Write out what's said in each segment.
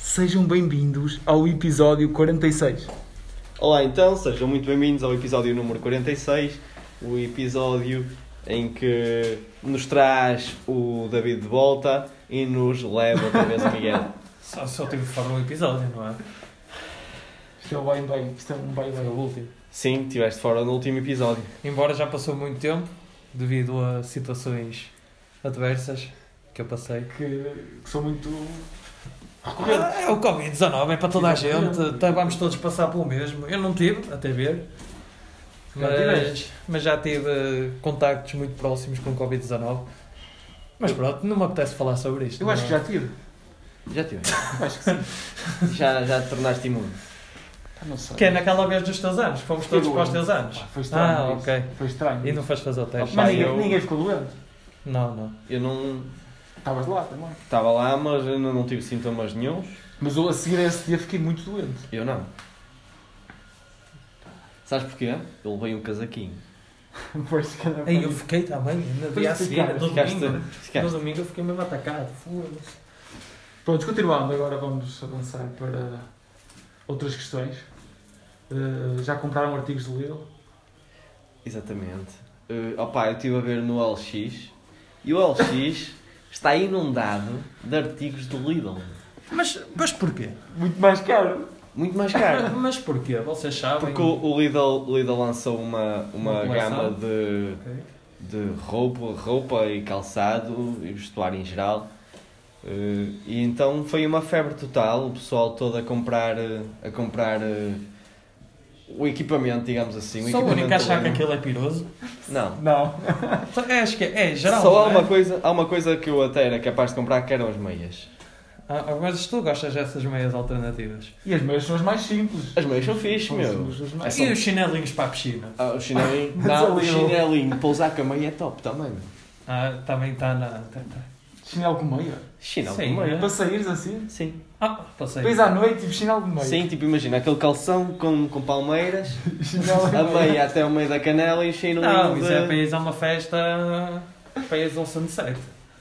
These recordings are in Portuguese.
Sejam bem-vindos ao episódio 46. Olá então, sejam muito bem-vindos ao episódio número 46, o episódio em que nos traz o David de volta e nos leva outra vez a Miguel. Só, só tive fora um episódio, não é? Isto é um bem bem, isto é um bem Foi o bem. último. Sim, tiveste fora no último episódio. Embora já passou muito tempo, devido a situações adversas que eu passei. Que, que são muito. Ah, É o Covid-19, é para toda a gente, tá- vamos todos passar pelo mesmo. Eu não tive, até ver. Já Mas, tiveste? mas já tive eh, contactos muito próximos com o Covid-19. Mas pronto, não me apetece falar sobre isto. Eu acho que não é? já tive. Já tiveste? Acho que sim. Já, já te tornaste imune. Pá, Não sei. é? Que é naquela vez dos teus anos, fomos todos Tive para os doente. teus anos. Pá, Foi estranho. Ah, isso. ok. Foi estranho. E isso. não foste fazer o teste. Opa, Mas Pá, ninguém, eu- ninguém ficou doente. Não, não. Eu não Estavas lá também. estava lá, mas eu não tive sintomas nenhums. Mas eu assim, a seguir a esse dia fiquei muito doente. Eu não. Sabes porquê? Eu levei um casaquinho. Pois que era Ei, eu fiquei também, no dia a Pois seguir, ficaste, no Ficaste, domingo. No ficaste. domingo eu fiquei mesmo atacado, foda-se. Pronto, continuando, agora vamos avançar para outras questões. Eh, já compraram artigos do Lidl? Exatamente. Uh, opa, eu estive a ver no LX e o LX está inundado de artigos do Lidl. Mas, mas porquê? Muito mais caro. Muito mais caro. Mas porquê? Vocês sabem. Porque o, o Lidl, o Lidl lançou uma, uma, Uma coleção. gama de, Ok. de roupa, roupa e calçado e vestuário em geral. Uh, e então foi uma febre total, o pessoal todo a comprar, uh, a comprar uh, o equipamento, digamos assim. Só o único equipamento a achar do que Lidl. aquilo é piroso. Não. Não. É, acho que é, é geral. Só há não é? uma, coisa, há uma coisa que eu até era capaz de comprar que eram as meias. Ah, mas tu gostas dessas meias alternativas. E as meias são as mais simples. As meias são fixe, meu. Os- os É mais- só- E os chinelinhos para a piscina? Ah, o chinelinho, Mas não, ali o eu- chinelinho, pousar com a meia é top também. meu. Ah, também está na. tá- tá. Chinelo com meia. Chinelo Sim, né? com meia. Para saíres assim. Sim. Ah, passei. Depois à noite, tipo chinelo de meia. Sim, tipo, imagina aquele calção com, com palmeiras, Chinelo de a meia até o meio da canela e o chinelinho. Não, isso de- é para ires a uma festa. para ires a um sunset.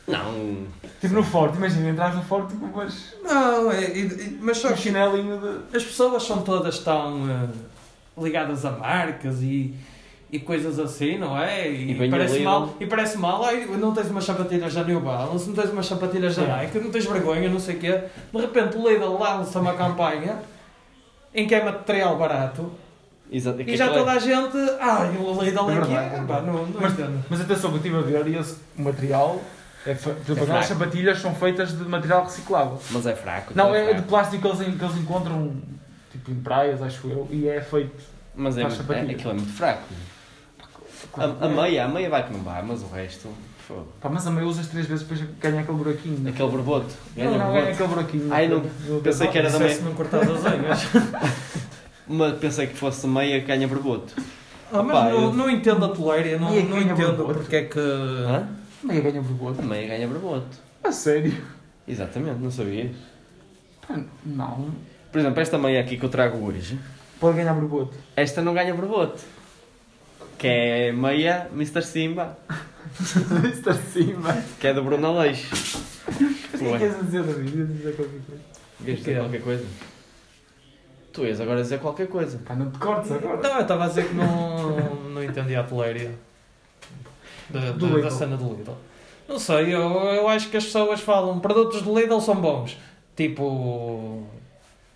Não, Tipo no forte, imagina, entras no forte com umas... Não, é, mas um chinelinho de... As pessoas são todas tão eh, ligadas a marcas e, e coisas assim, não é? E E, vem o parece Lidl. mal, e parece mal, ai, não tens umas sapatilhas da New Balance, não tens umas sapatilhas da É. Nike, não tens vergonha, não sei o quê. De repente o Lidl lança uma campanha em que é material barato exato. e já toda a gente, ai, o Lidl É aqui, verdade. pá, não, não Mas- entendo. Mas atenção, que eu estive a ver e esse material... É fe... Por exemplo, É aquelas fraco. sapatilhas são feitas de material reciclável. Mas é fraco. Não, tudo é de fraco. plástico que eles, que eles encontram tipo em praias, acho eu, e é feito. Mas é, faz muito- sapatilha. é, aquilo é muito fraco. A, a meia, a meia vai que não vai, mas o resto, fogo. Pá, mas a meia usas três vezes depois ganha aquele buraquinho. né? Aquele borboto. É Ganha não, o não ganha borboto. aquele buraquinho. Ai, não- pensei que era da Não sei meia. se não cortas as unhas. Mas pensei que fosse meia que ganha borboto. Ah, mas Pá, eu- não, não entendo a toleira, não, E aqui não ganha entendo borboleta. porque é que... Hã? A meia é ganha borboleta. A meia ganha borboto. A sério? Exatamente, não sabias? Pá, não. Por exemplo, esta meia aqui que eu trago hoje, Pode ganhar borboleta. esta não ganha borboto. Que é meia Mr. Simba, Está acima. que é do Bruno Aleixo. Mas o que é que queres dizer, David? Queres dizer qualquer coisa? é- Queres dizer qualquer coisa? Tu és agora a dizer qualquer coisa. Pá, não te cortes agora. Não, Então, eu estava a dizer que não, não entendi a toléria da, da- Do da Lidl. cena do Lidl. Não sei, eu, eu acho que as pessoas falam produtos do Lidl são bons. Tipo,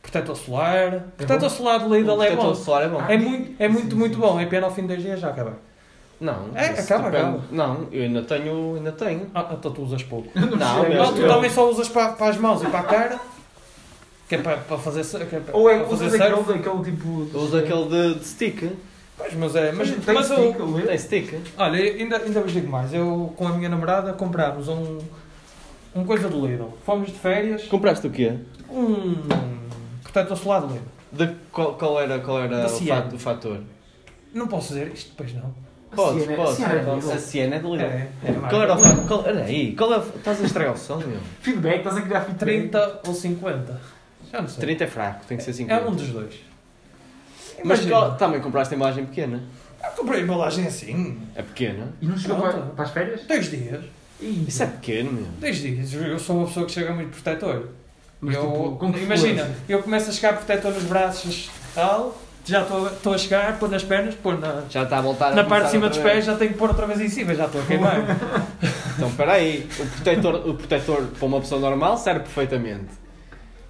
protetor solar. É protetor solar do Lidl é protetor bom. solar é bom. É muito, é muito, Sim, muito sim, bom. sim. É pena ao fim de dois dias já acabar. Não, É, isso acaba, depende- acaba. Não, eu ainda tenho, ainda tenho. Ah, então tu usas pouco. Não, chega. eu- Não, tu eu- também só usas para, para as mãos e para a cara. Que é para, para fazer, se- que é para, Ou é para que usas fazer surf. aquele, aquele tipo. de- Eu uso aquele de, de stick. Pois, mas é, mas, Tem mas eu- stick, ali. Tem stick. Olha, ainda, ainda vos digo mais. Eu, com a minha namorada, comprámos um, um coisa do Lidl. Fomos de férias, Compraste o quê? um protetor solar do Lidl. De, qual, qual era, qual era Da o, Cian. fato, o fator? Não posso dizer isto depois, não. Podes, Cian é- podes. Cian é Lidl. A Siena é de Lidl. É, é mais qual era o Lidl. fator? Qual, era aí, qual é, o- estás a estragar o som, meu? Feedback, estás a criar feedback. 30 ou 50. Já não sei. 30 é fraco, tem que ser 50. É um dos dois. Mas Imagina, qual- também compraste a embalagem pequena. Eu comprei a embalagem assim. É pequena? E não chegou Não, para, tá. para as férias? Dois dias. Ih, Isso é pequeno, meu. Dois dias. Eu sou uma pessoa que chega muito protetor. Mas eu, tipo, com que imagina, frequência? eu começo a chegar protetor nos braços tal, já estou estou a chegar, pôr nas pernas, pôr na, Já está a voltar a na parte começar de cima dos outra pés, vez. já tenho que pôr outra vez em cima, já estou a queimar. Então, espera aí. O protetor, o protetor para uma pessoa normal serve perfeitamente.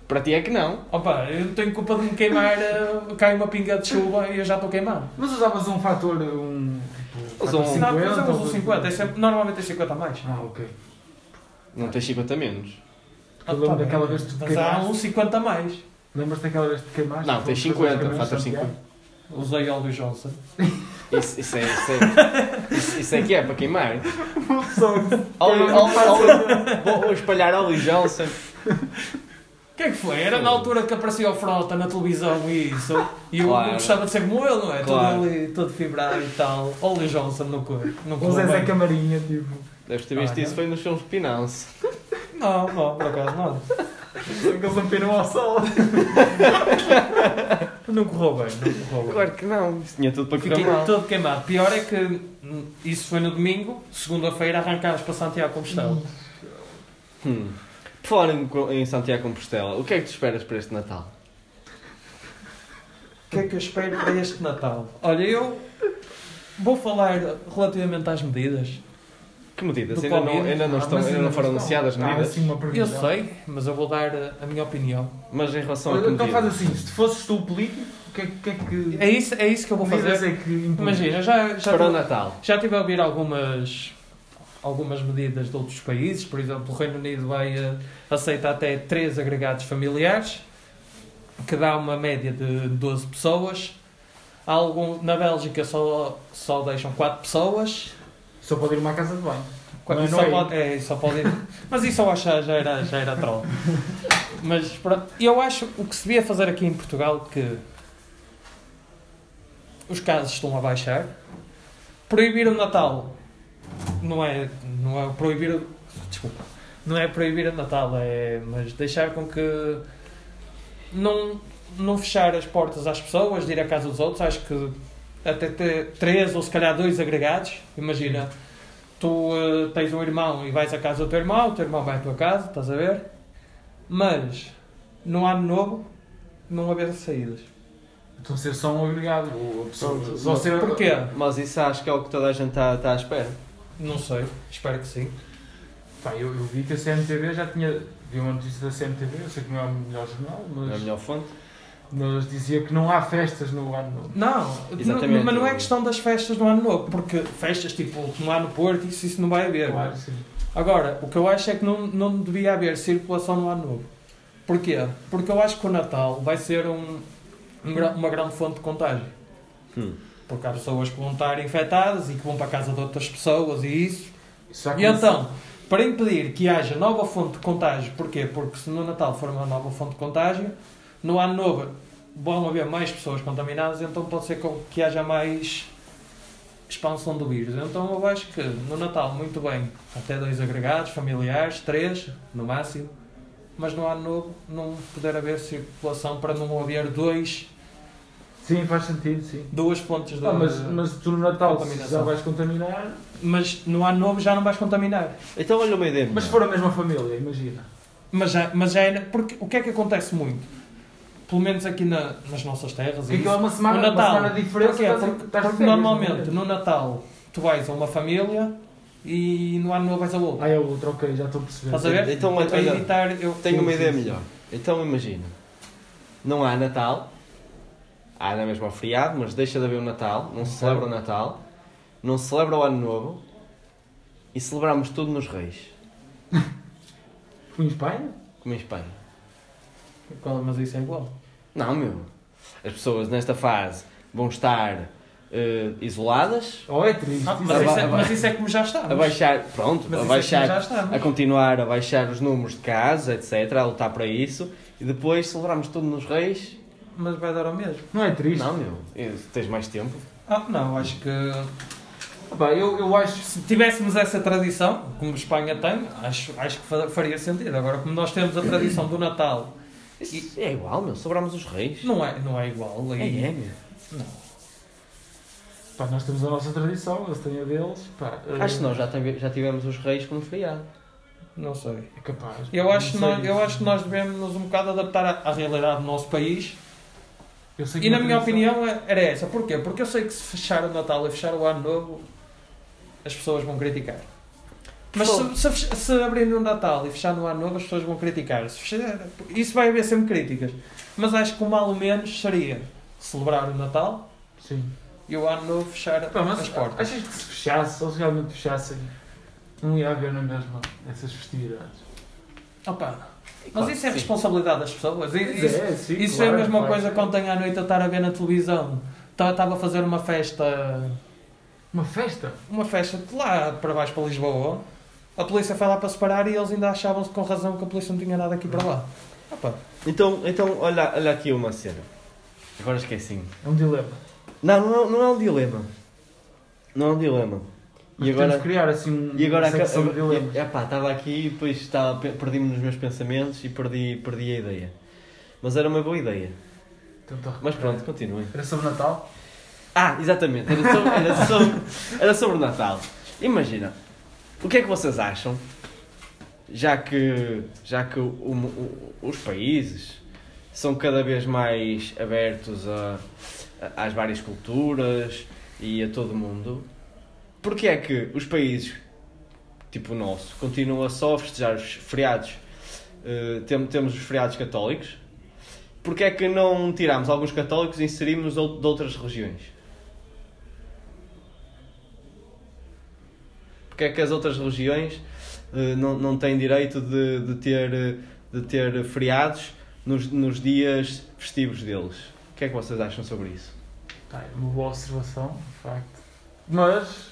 Para ti é que não. Opa, eu não tenho culpa de me queimar, eh, cai uma pinga de chuva e eu já estou queimado. Mas usavas um fator, um. Tipo, Usou fator um- Não, mas 50, eu uso ou- 50, é sempre, normalmente é 50 a mais. Ah, ok. Não tens 50 menos. Ah, Eu lembro daquela vez que tu Mas há queimaste. um 50 a mais. Lembras-te daquela vez que te queimaste? Não, tens 50, fator 50. Usei óleo Johnson. Isso, isso é, isso, é, isso, isso é que é para queimar. Óleo, Queimar óleo, óleo, vou, vou espalhar óleo Johnson. O que é que foi? Era na altura que aparecia o Frota na televisão e isso. E eu Claro. gostava de ser como ele, não é? Claro. Todo ali, todo fibrado e tal. Óleo Johnson no corpo. No O corpo Um Zezé bem. Camarinha, tipo. Deves ter visto Olha. isso, foi nos filmes de Pinance. Não, não, por acaso não. Aqueles lampiram ao sol. Não correu bem, não correu bem. Claro que não. Isso tinha tudo para correr Fiquei mal. todo queimado. Pior é que hum, isso foi no domingo, segunda-feira arrancámos para Santiago de Compostela. Hum. Por falar em, em Santiago de Compostela, o que é que tu esperas para este Natal? O que é que eu espero para este Natal? Olha, eu vou falar relativamente às medidas. Que medidas? Do Ainda não, Covid? ainda não, Ah, estão, mas ainda não foram estão. anunciadas Há, medidas. assim, uma Eu previsão. sei, mas eu vou dar eh, a minha opinião. Mas em relação a que Olha, Então faz medidas? assim, se fosses tu o político, o que é que- que. é que- É isso, é isso que eu vou medidas fazer. é que impões? Imagina, já, já, Para o tive, Natal. já tive a ouvir algumas, algumas medidas de outros países. Por exemplo, o Reino Unido vai eh, aceitar até 3 agregados familiares, que dá uma média de 12 pessoas. Há Algum, na Bélgica só, só deixam 4 pessoas. Só pode ir uma casa de banho. Quando Mas só não é. pode- é, só pode- Mas isso eu acho já já era, já era troll. Mas pronto, eu acho o que se devia fazer aqui em Portugal que os casos estão a baixar. Proibir o Natal não é, não é proibir o- desculpa, não é proibir o Natal, é mas deixar com que não não fechar as portas às pessoas, de ir à casa dos outros, acho que até ter três ou se calhar dois agregados, imagina tu eh, tens um irmão e vais à casa do teu irmão, o teu irmão vai à tua casa, estás a ver? Mas no ano novo não haver saídas. Então ser só um agregado. Ou a pessoa- só ser- Porquê? Mas isso acho que é o que toda a gente está está à espera. Não sei, espero que sim. Pá, eu, eu vi que a CMTV já tinha. Vi uma notícia da CMTV, eu sei que não é o melhor jornal, É a mas, melhor fonte. mas dizia que não há festas no ano novo. Não, Exatamente. não- mas não é questão das festas no ano novo, porque festas tipo como há no Porto, isso, isso não vai haver. Claro, sim. Agora, o que eu acho é que não, não devia haver circulação no ano novo. Porquê? Porque eu acho que o Natal vai ser um- um gra- uma grande fonte de contágio. Hum. Porque há pessoas que vão estar infectadas e que vão para a casa de outras pessoas e isso. Isso já E então, para impedir que haja nova fonte de contágio, porquê? Porque se no Natal for uma nova fonte de contágio, no ano novo vão haver mais pessoas contaminadas, então pode ser com- que haja mais expansão do vírus. Então eu acho que no Natal, muito bem, até dois agregados, familiares, três, no máximo, mas no ano novo não poder haver circulação para não haver dois, Sim, faz sentido, sim. duas pontes de Ah, mas, mas tu no Natal se Contaminação. já vais contaminar. mas no ano novo já não vais contaminar. Então olha uma ideia. Mas se minha. for a mesma família, imagina. Mas já, mas já era. Porque o que é que acontece muito? Pelo menos aqui na- nas nossas terras. e Porque aquilo é isso, uma semana, o uma Natal. semana de diferença. Porquê? estás a- Porque, estás de porque férias, normalmente não no é? Natal tu vais a uma família e no ano novo vais a outra. Ah, é outro, ok, já estou a perceber. Estás a ver? Então, olha, É para olha, evitar. Eu, Tenho uma ideia melhor. Então imagina. Não há Natal. Há na mesma o feriado, mas deixa de haver o Natal. Não se celebra o Natal. Não se celebra o Ano Novo. E celebramos tudo nos Reis. Fui em Espanha? Como em Espanha. Qual- Mas isso é igual. Não, meu. As pessoas nesta fase vão estar eh, isoladas. Oh, é triste. Ah, isso mas, é- isso é, vai- mas isso é como já está. A baixar, pronto, mas a isso é baixar como já está. a continuar a baixar os números de casos, etc., a lutar para isso, e depois celebramos tudo nos reis. Mas vai dar ao mesmo. Não é triste? Não, meu, isso, tens mais tempo. Ah, não, acho que Pá, eu, eu acho. se tivéssemos essa tradição, como Espanha tem, acho, acho que fa- faria sentido. Agora, como nós temos a tradição do Natal Isso é igual, meu, celebramos os reis. Não é, não é igual. É, E... é, meu. Pá, nós temos a nossa tradição, eles têm a deles. Pá, eh, Acho que nós já, tive- já tivemos os reis como feriado. Não sei. É capaz. Eu acho, que Não nós, sei. eu acho que nós devemos nos um bocado adaptar à, à realidade do nosso país. Eu sei que E na não minha tem noção. opinião é- era essa. Porquê? Porque eu sei que se fechar o Natal e fechar o Ano Novo, as pessoas vão criticar. Mas se, se, fech- se abrir no Natal e fechar no Ano Novo, as pessoas vão criticar. Se fechar- isso vai haver sempre críticas. Mas acho que o mal menos seria celebrar o Natal Sim. e o Ano Novo fechar Pá, as mas portas. achas que se fechasse, ou se realmente fechassem, não ia haver na mesma essas festividades? Opa, mas Claro, isso é sim. responsabilidade das pessoas. I- Isso, é, sim, isso claro, é a mesma claro. coisa quando tenho à noite a estar a ver na televisão. Tá- Estava a fazer uma festa Uma festa? uma festa de lá para baixo para Lisboa. A polícia foi lá para separar e eles ainda achavam-se com razão que a polícia não tinha nada aqui para lá. Opa, Então, então olha, olha aqui uma cena. Agora esqueci-me. É um dilema. Não, não, é- não é um dilema. Não é um dilema. Mas e agora, temos que criar assim um e agora uma secção de dilemas. epá, estava aqui e depois estava- pe- perdi-me nos meus pensamentos e perdi, perdi a ideia. Mas era uma boa ideia. Tenta recuperar. Mas pronto, continuem. Era sobre Natal? Ah, exatamente. Era sobre, era sobre, era sobre o Natal. Imagina, o que é que vocês acham? Já que, já que o- o- os países são cada vez mais abertos a, a- às várias culturas e a todo mundo, porque é que os países, tipo o nosso, continuam só a festejar os feriados? Eh, tem- temos os feriados católicos. Porque é que não tiramos alguns católicos e inserimos ou- de outras religiões? porque é que as outras religiões eh, não, não têm direito de, de, ter, eh, de ter feriados nos, nos dias festivos deles. O que é que vocês acham sobre isso? Tá, é uma boa observação, de facto. Mas.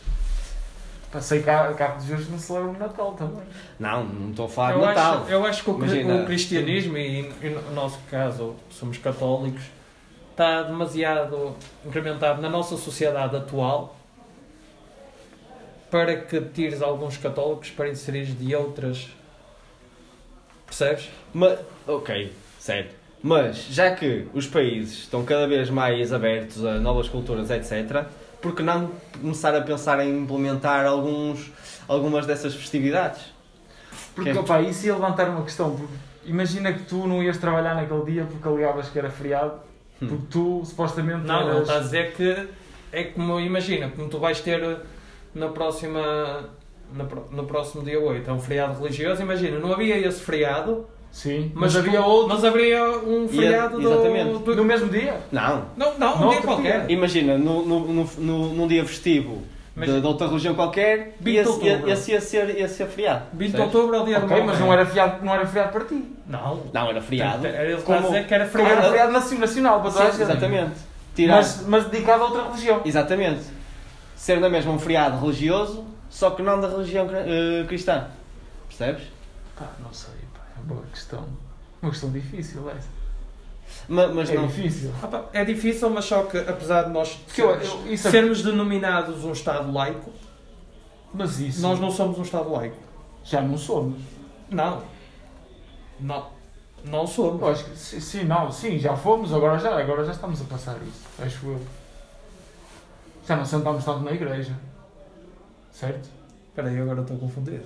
Passei cá, cá de juros não celebram o Natal também. Não, não estou a falar eu, de Ah, Natal. Acho, eu acho que o, cri- Imagina. o cristianismo, e, e no nosso caso somos católicos, está demasiado incrementado na nossa sociedade atual para que tires alguns católicos para inserires de outras. Percebes? Mas, ok, certo. Mas, já que os países estão cada vez mais abertos a novas culturas, etc., por que não começar a pensar em implementar alguns, algumas dessas festividades? Porque, Quem- opá, isso ia levantar uma questão. Porque imagina que tu não ias trabalhar naquele dia porque alegavas que era feriado. Hum. Porque tu, supostamente, Não, ele eras... está a dizer que é como, imagina, como tu vais ter eh, na próxima. na pro- no próximo dia 8, é um feriado religioso. Imagina, não havia esse feriado, Sim, mas, havia outro Mas havia um feriado do- exatamente. do. no mesmo dia. Não. Não, não, No um dia outro qualquer. Imagina, no, no, no, no- num dia festivo Mas- de, de outra religião qualquer, 20 de esse, outubro. esse ia ser, ia ser feriado. 20 de percebes? outubro é o dia do Ok, meu mas não era feriado, não era feriado para ti. Não. Não, era feriado. Ele está a Como- dizer que era Feriado, era feriado. feriado nacio- nacional para toda a Sim, gente. exatamente. Tirar, é Mas, mas dedicado a outra religião. Exatamente. Ser na mesma um feriado religioso, só que não da religião eh, cristã. Percebes? Pá, não sei, pá, é uma boa questão. Uma questão difícil essa. Ma- Mas, é não. difícil. Ah, pá, É difícil, mas só que apesar de nós Que eu- sermos, eu- isso é- sermos denominados um Estado laico, Mas isso nós não somos um Estado laico. já não somos. Não. Não. Não somos. Eu acho que si- sim, não, sim, já fomos, agora já, agora já estamos a passar isso, acho eu. Já não sentamos tanto na igreja. Certo? Espera aí, agora estou a confundir.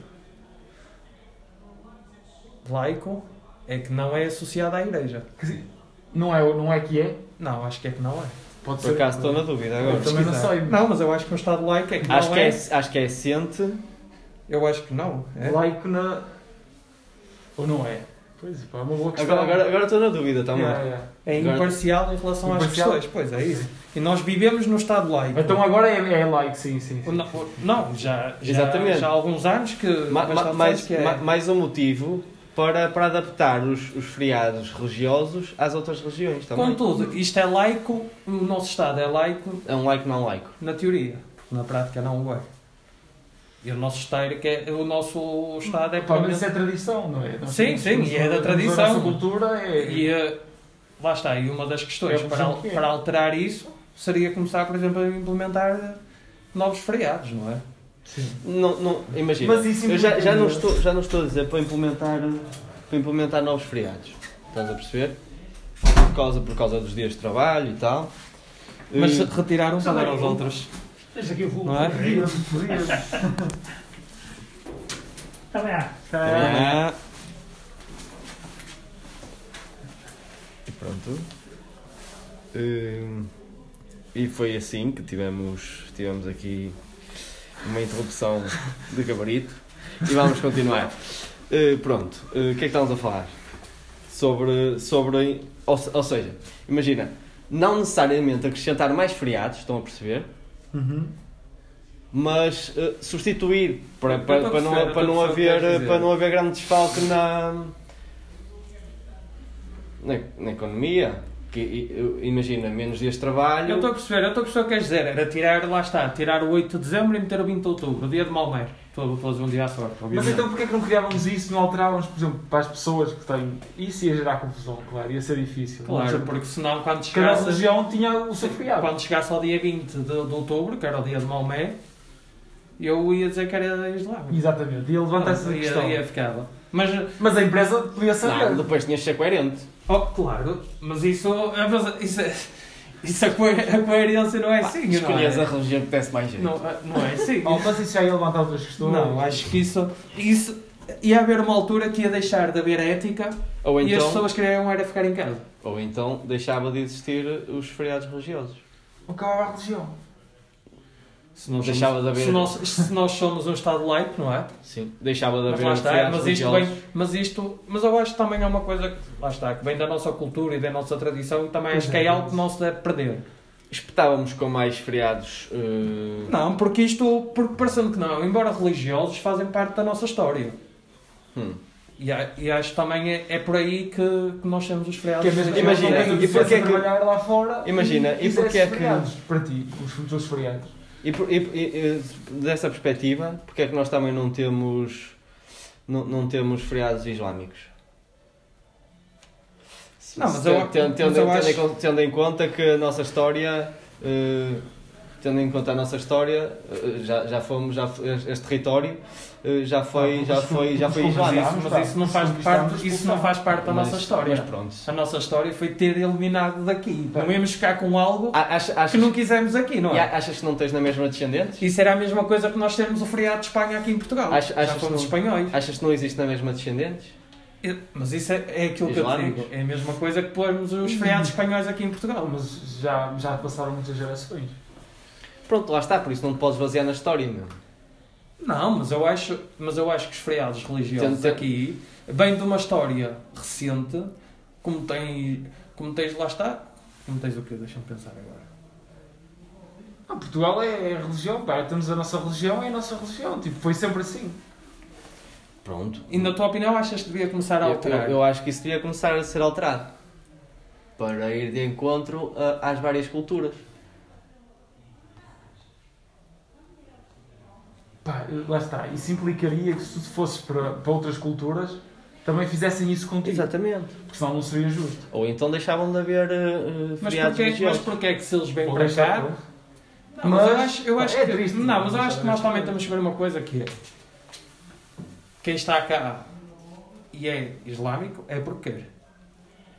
Laico é que não é associado à igreja. Quer dizer, não é, não é que é? Não, acho que é que não é. Pode Por ser. acaso estou na dúvida agora. Eu também não Pesquisar. sei. Não, mas eu acho que um Estado laico é que Acho não que é. é, acho que é sente. Eu acho que não. É. Laico na. Ou não é? Pois pá, é uma boa questão. Agora agora- agora estou na dúvida também. Yeah, yeah. É Agora- imparcial em relação Imparcial. às pessoas, pois é isso. E nós vivemos no Estado laico. Então agora é, é like, sim, sim. O sim. na- o- Não, já, já, Exatamente. já há alguns anos que. Ma- ma- bastante anos mais, que é. ma- mais um motivo para, para adaptar os, os feriados religiosos às outras religiões também. Contudo, isto é laico, o nosso Estado é laico É um laico, não laico. na teoria, porque na prática não o é. E o nosso Estado, que é, o nosso Estado é Pá, mas isso puramente- é tradição, não é? Sim, temos- sim, temos e é da uma- temos tradição. A nossa cultura é. E eh, lá está, e uma das questões É, mas para, o que é? para alterar isso seria começar, por exemplo, a implementar eh, novos feriados, não é? Sim. Não, não, imagina, Mas isso eu já, já, não implica- estou, já não estou a dizer para implementar, para implementar novos feriados. Estás a perceber? Por causa, por causa dos dias de trabalho e tal. Mas Eh, retirar um Só para dar daí aos um. outros. é Tens aqui o vulto. Não é? Ria-me, ria-me. Também há. Ah. E pronto. Hum, E foi assim que tivemos, tivemos aqui uma interrupção de gabarito. E vamos continuar. Eh, pronto, eh, o que é que estamos a falar? Sobre. sobre ou, se- ou seja, imagina, não necessariamente acrescentar mais feriados, estão a perceber? Uhum. mas eh, substituir para, Eu para, tô a para, perceber, não, eu para, tô não a perceber o que haver, queres eh, então, dizer. para não haver grande desfalque na, na, na economia. Que, i- eu- imagina, menos dias de Eu trabalho. estou a perceber, eu estou a perceber o que queres dizer. Era tirar, lá está, tirar o 8 de dezembro e meter o 20 de outubro, o dia de Malmer. Estou a fazer um dia à sorte, Mas obviamente. então porquê que não criávamos isso, não alterávamos, por exemplo, para as pessoas que têm. Isso ia gerar confusão, claro, ia ser difícil. Por Claro, exemplo, porque senão quando Cada chegasse, região tinha o seu feriado. quando chegasse ao dia 20 de, de outubro, que era o dia de Malmé, eu ia dizer que era islâmico. Exatamente, ia levantar essa ia, questão. ia ficava. Mas, Mas a empresa podia saber. Não, depois tinhas de ser coerente. oh, claro, mas isso, é- mas isso, é- isso a, coer, a coerência não é assim, não Escolhias a é? religião que desse mais jeito. Não, não é assim. Oh, mas isso já ia levantar outras Oh, questões. Não, acho que isso, isso ia haver uma altura que ia deixar de haver ética Ou, e as então, pessoas queriam era ficar em casa. ou então deixava de existir os feriados religiosos. Acabava a religião. Se nós, Deixava somos, de haver- se, nós, se nós somos um Estado laico, não é? Sim. Deixava de Mas haver lá está, feriados mas isto, religiosos. vem, mas isto, mas eu acho que também é uma coisa que, lá está, que vem da nossa cultura e da nossa tradição e também acho que é algo que não se deve perder. Espetávamos com mais feriados. eh, Não, porque isto, porque parecendo que não, embora religiosos, fazem parte da nossa história. hum. E, a- e acho que também é, é por aí que, que nós temos os feriados. Que é mesmo Imagina, que alguma coisa e que porquê fosse que- trabalhar lá fora Imagina, e e porquê é fizesse que- feriados para ti, os futuros feriados. E, por- e- e- e dessa perspectiva, porque é que nós também não temos não, não temos feriados islâmicos? Se- Não, mas se- eu- tendo, tendo, mas eu tendo acho- em con- tendo em conta que a nossa história, eh, tendo em conta a nossa história, eh, já, já fomos, já, f- este este território eh, já foi, já foi, já foi Mas Ah, Mas islâmico. isso, mas isso não faz parte, isso não faz parte da nossa Mas- história. Mas pronto. A nossa história foi ter eliminado daqui. Não íamos ficar com algo A- ach- achas, que não quisemos aqui, não e é? a- achas que não tens na mesma descendentes? Isso era a mesma coisa que nós termos o feriado de Espanha aqui em Portugal. Acho- Já achas fomos que espanhóis. Achas que não existe na mesma descendentes? Eu- Mas isso é, é aquilo que Islâmicos. eu te digo. É a mesma coisa que pormos os feriados espanhóis aqui em Portugal. Mas Mas já, já passaram muitas gerações. Pronto, lá está, por isso não te podes basear na história, meu. não, mas eu acho, mas eu acho que os feriados religiosos Tenta- aqui vêm de uma história recente, como tem, como tens lá está, como tens o quê? Deixa-me pensar agora. Ah, Portugal é, é religião, pá. Temos a nossa religião, é a nossa religião. Tipo, foi sempre assim. Pronto. E na tua opinião achas que devia começar a Eu, alterar? eu- eu acho que isso devia começar a ser alterado para ir de encontro a- às várias culturas. Pá, lá está. Isso implicaria que se tu fosses para, para outras culturas, também fizessem isso contigo. Exatamente. Porque senão não seria justo. Ou então deixavam de haver uh, feriados Mas porquê, mas religiosos. porquê é que se eles vêm Ou para deixar cá? Não, de- mas eu Mas, acho, eu acho é que, triste, não, mas eu mas acho que é nós triste. também temos que ver uma coisa que é quem está cá e é islâmico é porque quer.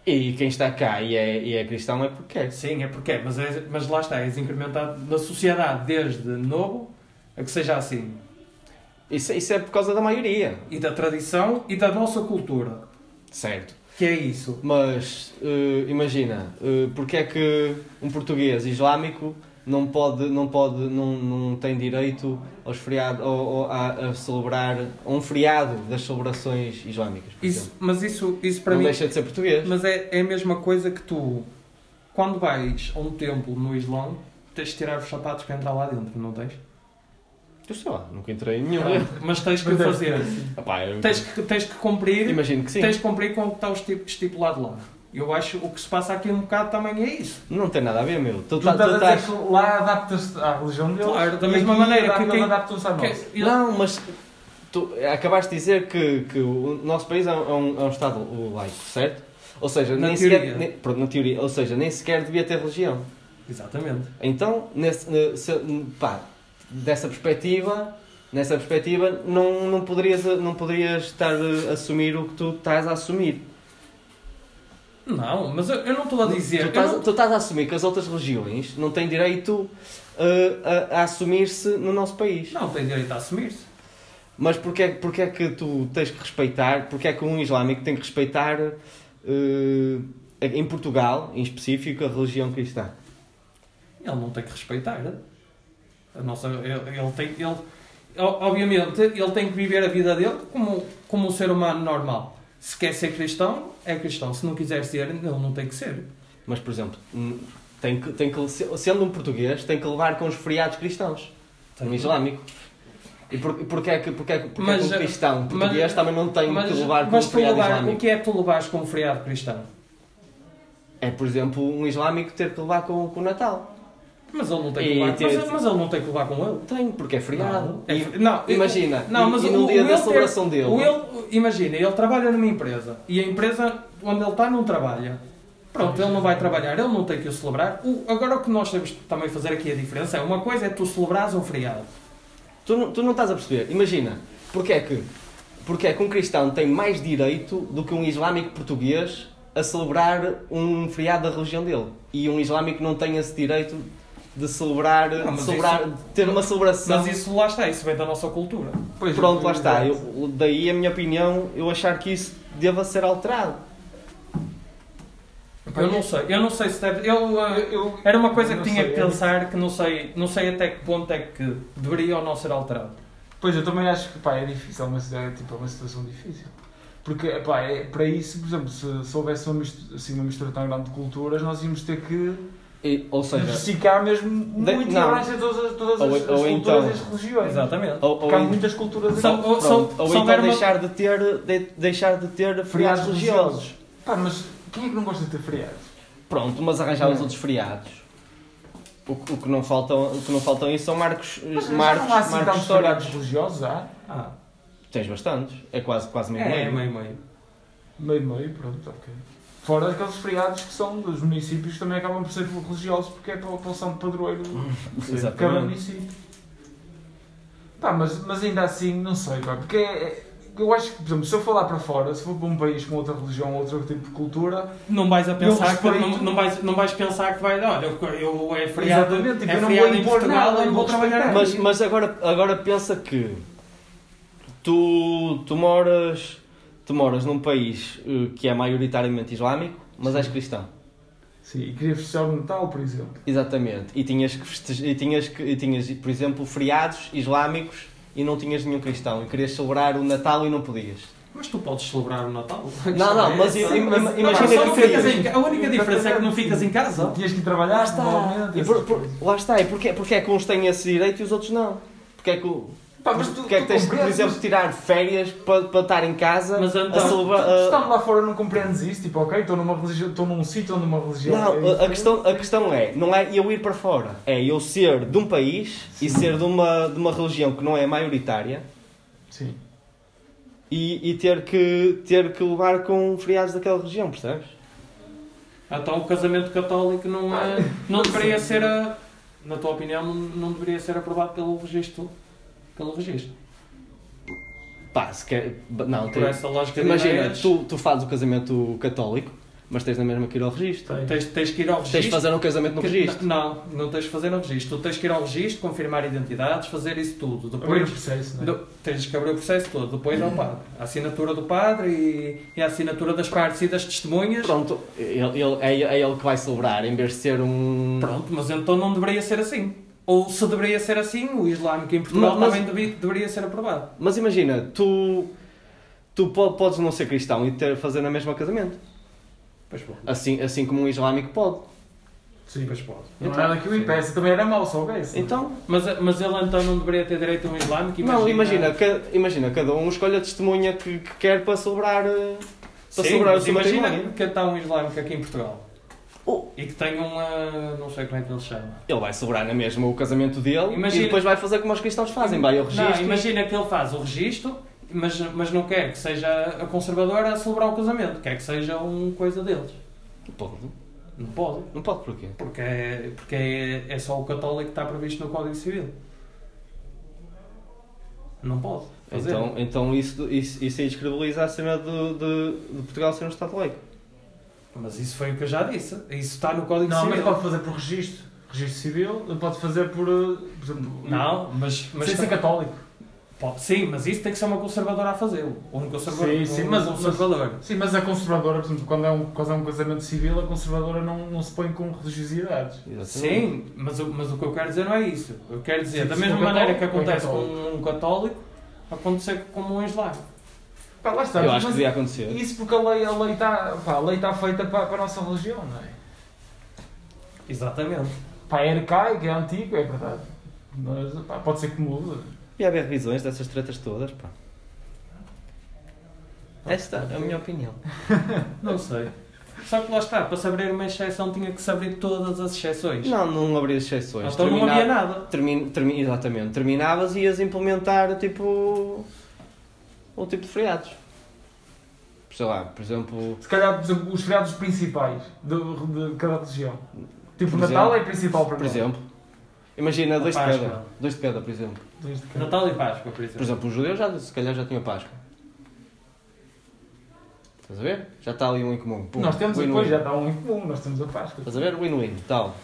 E quem está cá e é, e é cristão é porque é. Sim, é porque quer, mas, é, mas lá está, és incrementado na sociedade desde novo a que seja assim. Isso, isso é por causa da maioria. E da tradição e da nossa cultura, Certo. que é isso. Mas uh, imagina, uh, porque é que um português islâmico não pode, não pode, não, não tem direito aos feriado, ou, ou a, a celebrar a um feriado das celebrações islâmicas. por exemplo? isso mas isso, isso para não mim deixa de ser português. Mas é, é a mesma coisa que tu, quando vais a um templo no Islão, tens de tirar os sapatos para entrar lá dentro, não tens? Eu sei lá, nunca entrei em nenhum. Mas tens que Mas deve fazer. ser assim. Epá, eu- Tens que, tens que cumprir. Imagino que é sim. Tens que cumprir com o que está o esti- estipulado lá. Eu acho que o que se passa aqui um bocado também é isso. Não tem nada a ver, meu. Tu, Tu tá- estás tu a estás- dizer que lá adaptas-te à religião deles. Claro, da e mesma aqui maneira que eles quem- adaptam-se à nossa. Que- é, eu- Não, mas tu acabaste de dizer que, que o nosso país é um, é um Estado laico, certo? Ou seja, Na nem teoria. sequer. nem- pronto, na teoria. Ou seja, nem sequer devia ter religião. Exatamente. Então, nesse, ne- se- pá, dessa perspectiva. Nessa perspectiva, não, não, poderias, não poderias estar a assumir o que tu estás a assumir. Não, mas eu, eu não estou a dizer. Tu eu estás, não- tu estás a assumir que as outras religiões não têm direito uh, a, a assumir-se no nosso país. não, tem direito a assumir-se. Mas porque é, porque é que tu tens que respeitar, porque é que um islâmico tem que respeitar, eh, em Portugal, em específico, a religião cristã? Ele não tem que respeitar. A nossa, ele, ele tem, ele, o- obviamente, ele tem que viver a vida dele como, como um ser humano normal. Se quer ser cristão, é cristão. Se não quiser ser, ele não tem que ser. Mas, por exemplo, hum, tem que, tem que, se- sendo um português, tem que levar com os feriados cristãos, Tem um que- islâmico. E por, e porquê é que, porque é que, porque Mas, é que um cristão português mas- também não tem que levar com um mas tu feriado levar, o islâmico? que é que tu levares com um feriado cristão? É, por exemplo, um islâmico ter que levar com, com o Natal. Mas ele não tem E que levar, ter- mas, mas ele não tem que levar com ele. Tem, porque é feriado. Não, é E- fe- não, eu- imagina, não, e- mas e, o- no o dia da ele ter- celebração dele... O ele, imagina, ele trabalha numa empresa e a empresa onde ele está não trabalha. Pronto, ele não vai trabalhar, ele não tem que o celebrar. O- agora o que nós temos de também fazer aqui a diferença é uma coisa é tu celebrares um feriado. Tu não, tu não estás a perceber. Imagina, porque é que porque é que um cristão tem mais direito do que um islâmico português a celebrar um feriado da religião dele e um islâmico não tem esse direito de celebrar, Não, mas de, celebrar isso- de ter uma celebração. Mas isso lá está, isso vem da nossa cultura. Pois, Pronto, lá está. Eu- daí a minha opinião, eu achar que isso deva ser alterado. Eu não sei, eu não sei se deve. Eu, ah, Eu- era uma coisa que não tinha sei, é que é eu- pensar que não sei, não sei até que ponto é que deveria ou não ser alterado. Pois, eu também acho que pá, é difícil, mas é, tipo, é uma situação difícil. Porque pá, é, para isso, por exemplo, se, se houvesse uma mistura, assim, uma mistura tão grande de culturas, nós íamos ter que E- ou seja, diversificar mesmo de- muito não. a ignorância de todas, as- todas as, Ou- as ou culturas então- e as religiões. Exatamente. ou, ou, então- Porque há en- muitas culturas São- aqui. ou- são- pronto, ou são então verba- deixar de ter de- deixar de ter feriados religiosos. Pá, mas quem é que não gosta de ter feriados? Pronto, mas arranjar os Não. outros feriados. O, o que não faltam, o que não faltam aí são marcos, Mas marcos, já não há assim marcos tantos feriados históricos. religiosos, há? Ah, Tens bastantes, é quase quase meio é, meio. meio, meio. Meio, meio, pronto, ok. Fora aqueles feriados que são dos municípios que também acabam por ser religiosos porque é para o São Padroeiro de cada um Exatamente. município. Pá, mas, mas ainda assim, não sei, pá, porque é- é- eu acho que, por exemplo, se eu falar para fora, se for para um país com outra religião, outro tipo de cultura, Não vais a pensar que, respeito. não, não vais, não vais pensar que vai, olha, eu, eu é feriado, Exatamente, tipo, é eu não feriado vou em impor Portugal, eu nada, eu não vou vou trabalhar respeitar. Mas, mas agora, agora pensa que tu, tu moras tu moras num país eh, que é maioritariamente islâmico, mas és cristão. sim, e queria fechar o Natal, por exemplo. Exatamente. E tinhas que festejar, e tinhas que e tinhas, por exemplo, feriados islâmicos e não tinhas nenhum cristão e querias celebrar o Natal e não podias. Mas tu podes celebrar o Natal. Não, não, mas Isso im- im- mas- imagina mas só não que ficas ferias. em ca- A única diferença é que não ficas em casa. Tinhas que ir trabalhar, normalmente, E por- essas por- coisas. lá está, e porquê, porquê é que uns têm esse direito e os outros não? Porquê é que, o- Pá, mas tu, porquê é que tu tens que, por compreendes? exemplo, tirar férias para, para estar em casa Mas então- a celebrar... Tu a- estando lá fora não compreendes isso, tipo, ok, estou numa religião, estou num sítio onde uma religião. É Não, a- a diferente. questão, a questão é, não é eu ir para fora, é eu ser de um país e ser de uma, de uma religião que não é maioritária Sim. e, e ter, que, ter que levar com feriados daquela região, percebes? Então o casamento católico não, é, não deveria ser, a- na tua opinião, não, não deveria ser aprovado pelo registro. Pelo registro. Pá, se quer... Não, Por tem, essa lógica de imagina, ideias, tu, tu fazes o casamento católico, mas tens na mesma que ir ao registro. tens, tens que ir ao registro. Tens de fazer um casamento no Que- registro. Não, não tens de fazer no registro. Tu tens que ir ao registro, confirmar identidades, fazer isso tudo. Abrir o Depois, processo, não é? do, tens que abrir o processo todo. Depois ao padre. A assinatura do padre e, e a assinatura das partes e das testemunhas. Pronto, ele, ele- é, é ele que vai celebrar, em vez de ser um. Pronto, mas então não deveria ser assim. Ou se deveria ser assim, o islâmico em Portugal Mas- também devi- deveria ser aprovado. Mas imagina, tu. Tu po- podes não ser cristão e ter, fazer na mesma casamento. Pois pode. Assim, assim como um islâmico pode. Sim. Pois pode. Não Então, era nada que o IPS também era mau, soubesse. Então. Mas, mas ele então não deveria ter direito a um islâmico? não, imagina, ca- imagina, cada um escolhe a testemunha que, que quer para celebrar. eh, Para Sim, celebrar o mas seu imagina matrimónio. que está um islâmico aqui em Portugal. Oh. E que tem uma... não sei como é que ele se chama. Ele vai celebrar na mesma o casamento dele Imagina- e depois vai fazer como os cristãos fazem, vai ao registro. Não, imagina que ele faz o registro, mas, mas não quer que seja a conservadora a celebrar o casamento, quer que seja uma coisa deles. Não pode. Não pode, Não pode porquê? porque, é, porque é, é só o católico que está previsto no Código Civil. Não pode. fazer. Então, então isso, isso, isso aí descredibiliza a cena de, de, de Portugal ser um Estado laico. Mas isso foi o que eu já disse. Isso está no Código Não, mas Civil. pode fazer por registro. Registro civil, pode fazer ah, por. eh, por exemplo, Não, mas, mas sem ser católico. Pode- sim, mas isso tem que ser uma conservadora a fazê-lo. Ou um conservador. Sim, sim, um mas- conservador. Sim, mas a conservadora, por exemplo, quando é um, quando é um casamento civil, a conservadora não, não se põe com religiosidades. Exatamente. Sim, mas, o- mas o que eu quero dizer não é isso. Eu quero dizer, Sim, da se mesma for maneira que católico, é acontece com católico. um católico, acontecer com um eslavo. Pá, lá está. Eu acho que mas devia acontecer. Isso porque a lei a está a lei tá feita para, para a nossa religião, não é? Exatamente. Pá, é arcaico, é antigo, é verdade. Mas pá, pode ser que mude. E haver revisões dessas tretas todas, pá. Esta é a minha opinião. Não sei. Só que lá está, para se abrir uma exceção tinha que se abrir todas as exceções. Não, não abrir exceções. então não havia Terminava- nada. Termin, termi- exatamente. Terminavas e ias implementar tipo. o tipo de feriados. Sei lá, por exemplo. Se calhar, por exemplo, os feriados principais de, de cada religião. Tipo, Por Natal exemplo. é principal para Por nós. exemplo. Imagina dois de Páscoa. cada. Dois de cada, por exemplo. Desde que- Natal e Páscoa, por Por exemplo. exemplo, os judeus já, se calhar já tinham Páscoa. Estás a ver? Já está ali um em comum. Pum, Nós temos, win-win. depois já está um em comum, nós temos a Páscoa. Estás a ver? Win-win, tal.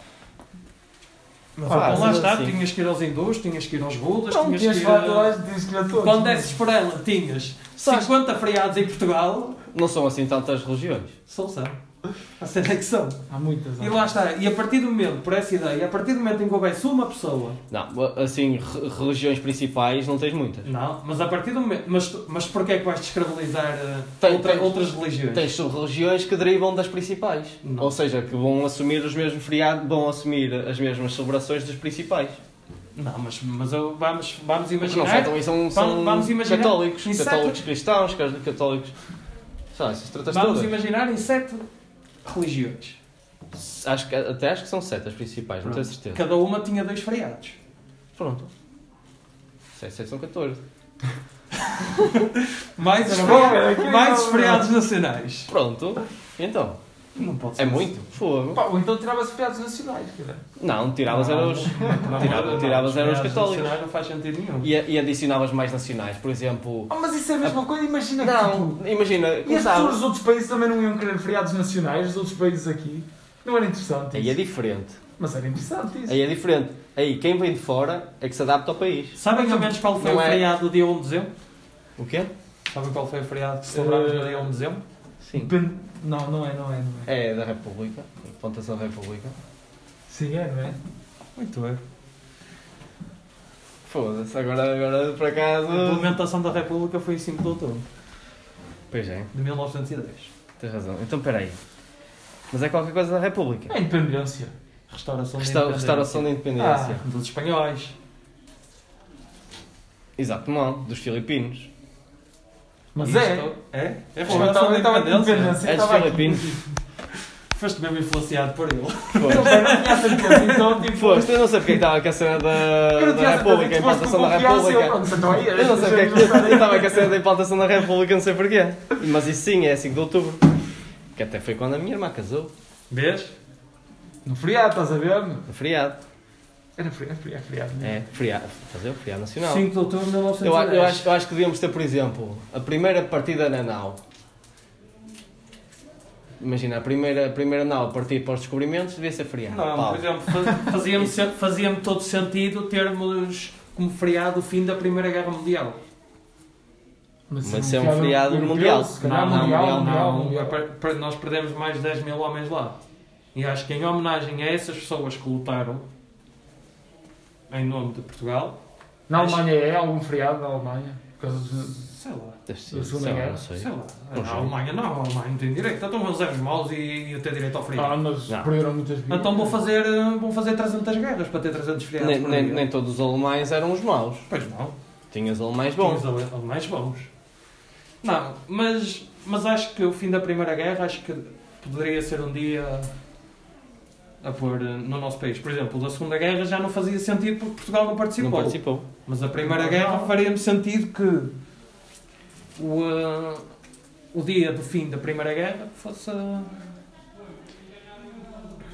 Mas Ah, então lá sim, está, sim. tinhas que ir aos hindus, tinhas que ir aos budas, Não, tinhas que tinhas ir... falado a- hoje, dizes que a todos. é? Quando desses por ela, tinhas Sabes- 50 feriados em Portugal, Não são assim tantas religiões. são são. A cena é que são. Há muitas. é? há. E lá está, e a partir do momento, por essa ideia, a partir do momento em que houvesse uma pessoa, Não, assim, re- religiões principais não tens muitas. não, mas a partir do momento, mas, tu- mas porquê é que vais descredibilizar eh, Tem- outra- tem- outras religiões? Tens sub-religiões que derivam das principais. Não. Ou seja, que vão assumir os mesmos feriados, vão assumir as mesmas celebrações dos principais. Não, mas, mas eu- vamos, vamos Mas não imaginar faltam e são, são vamos imaginar- católicos. Exato. Católicos cristãos, católicos. Sabe, essas tratas Vamos todas. imaginar em sete religiões. Acho que, até acho que são sete as principais, não tenho Pronto. certeza. Cada uma tinha dois feriados. Pronto. Sete, sete são 14. Mais, os Era feriados- bom, era incrível, mais os não. feriados nacionais. Pronto. Então, Não pode ser. é assim. muito? Fogo. Pá, ou então tirava-se feriados nacionais, cara. Não, tiravas Não, era não, os... não, não, assim. tirava- não, tiravas era os feriados católicos. nacionais Não faz sentido nenhum. E, e adicionavas mais nacionais, por exemplo... Ah, mas isso é a mesma coisa, imagina que tipo, Não, imagina, E as pessoas começavas... dos outros países também não iam querer feriados nacionais, os outros países aqui. Não era interessante Aí é isso. diferente. Mas era interessante isso. Aí é diferente. Aí quem vem de fora é que se adapta ao país. Sabem ao menos qual foi Não o é- feriado do dia 1 de dezembro? O quê? Sabem qual foi o feriado que celebrámos no Eh, dia 1 de dezembro? Sim. Depende- Não, não é, não é, não é. É da República. Pontação da República. Sim, é, não é? Muito bem. Foda-se, agora, agora por acaso. A implementação da República foi em 5 de outubro Pois é, de 1910. tens razão. Então peraí. Mas é qualquer coisa da República. É a independência. Restauração, da Resta- independência. Ah, restauração da Independência. dos espanhóis. Exato, não. Dos Filipinos. Mas Isto é. É? É Pô, eu então, restauração estava da eu estava de independência. independência. É dos estava aqui. Filipinos. Foste mesmo influenciado por ele. Eu Foda-se. também então, não tinha certeza, então tipo... Foda-se, eu não sei porque é que estava com a cena Eu da, não tinha da República, a certeza que tu foste implantação da com confiança, eu, República. pronto, então aí, Eu não sei porque é que deixa-me eu estava com a cena da implantação da República, não sei porquê. Mas isso sim, é 5 de outubro. Que até foi quando a minha irmã casou. Vês? No feriado, estás a ver? meu? No feriado. Era feriado, feriado, feriado. né? É, feriado. Fazer o feriado nacional. 5 de outubro de Eu, a- 1910. eu, acho, eu acho que devíamos ter, por exemplo, a primeira partida na nau. Imagina, a primeira, a primeira nau a partir para os descobrimentos devia ser feriado. Não, é um Pau. por exemplo, fa- fazia-me sen- fazia-me todo sentido termos como feriado o fim da Primeira Guerra Mundial. Mas isso é um feriado mundial. se calhar Não, não, mundial, mundial, mundial, mundial. Pa- pa- Nós perdemos mais de 10 mil homens lá. E acho que em homenagem a essas pessoas que lutaram em nome de Portugal, Na Alemanha é algum feriado na Alemanha? Por causa dos... sei lá. Deve Da ser, Segunda sei lá, Guerra. não sei. Sei lá. Não a sei. Alemanha não, a Alemanha não tem direito. Então vão ser os maus e, e ter direito ao feriado. Ah, mas Não. perderam muitas vidas. Então vão fazer, eh, vão fazer 300 guerras para ter 300 feriados. Nem, por nem, dia. nem todos os alemães eram os maus. Pois não. Tinhas alemães Bons. bons. alemães bons. Não, mas, mas acho que o fim da Primeira Guerra acho que poderia ser um dia a pôr eh, no nosso país. Por exemplo, o da Segunda Guerra já não fazia sentido porque Portugal não participou. Não participou. Mas a Primeira Guerra faria-me sentido que o, eh, o dia do fim da Primeira Guerra fosse. eh,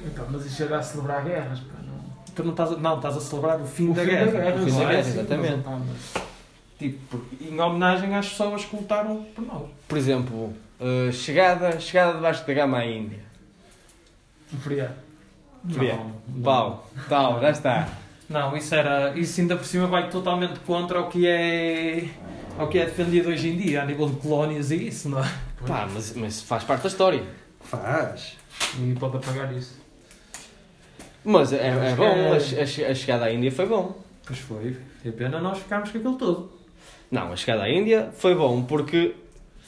Então, mas isso era a celebrar guerras, pá, não? Tu não estás a, não, estás a celebrar o fim O da guerra. O fim não da é? guerra, Sim, exatamente. mas, ah, mas- Tipo, porque- em homenagem às pessoas que lutaram por nós. Por exemplo, eh, chegada, chegada debaixo da gama à Índia. Um feriado. Feriado. Não, não. Pau, tal, já está. Não, isso era. Isso ainda por cima vai totalmente contra o que é. ao que é defendido hoje em dia, a nível de colónias e isso, não é? Pá, mas, mas faz parte da história. Faz. Ninguém pode apagar isso. Mas é, é Mas bom, é- a, che- a che- a chegada à Índia foi bom. Pois foi. É pena nós ficarmos com aquilo tudo. Não, a chegada à Índia foi bom porque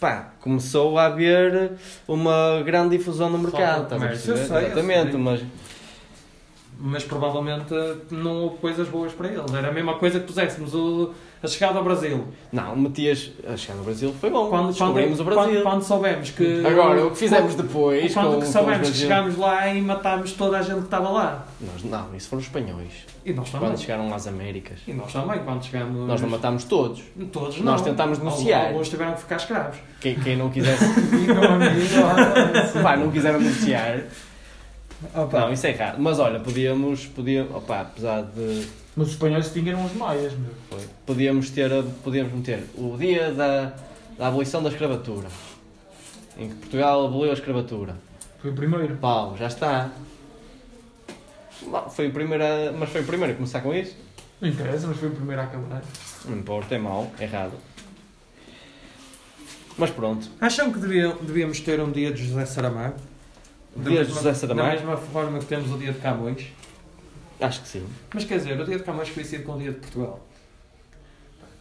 pá, começou a haver uma grande difusão no Falta mercado. de Estás a comércio, eu perceber? sei, eu Exatamente, sei. mas Mas provavelmente não houve coisas boas para eles. Era a mesma coisa que puséssemos o- a chegada ao Brasil. não, metias. A chegada ao Brasil foi bom. Quando, Descobrimos quando, o Brasil. Quando, quando soubemos que. Agora, o que fizemos depois. Quando com, que com os soubemos que brasileiros- chegámos lá e matámos toda a gente que estava lá. Nós- não, isso foram os espanhóis. E nós também. Quando chegaram às Américas. E nós também, quando chegámos. Nós não matámos todos. Todos não. Nós tentámos Alguns- denunciar. Alguns tiveram que ficar escravos. Quem, quem não quisesse. Digam a mim, ó. Pá, não quiseram denunciar. Não, isso é errado. Mas olha, podíamos. podíamos opá, apesar de. Mas os espanhóis tinham os maias, meu. Foi. Podíamos ter, podíamos meter o dia da, da abolição da escravatura, em que Portugal aboliu a escravatura. Foi o primeiro. Pau, já está. Bom, Foi o primeiro, a- mas foi o primeiro a começar com isso? Não interessa, mas foi o primeiro a acabar. Não importa, é mau, é errado. Mas pronto, Acham que deviam- devíamos ter um dia de José Saramago? o Da dia de mesma- José Saramago, Da mesma forma que temos o dia de Camões. acho que sim. Mas quer dizer, o dia de Camões coincide com o dia de Portugal.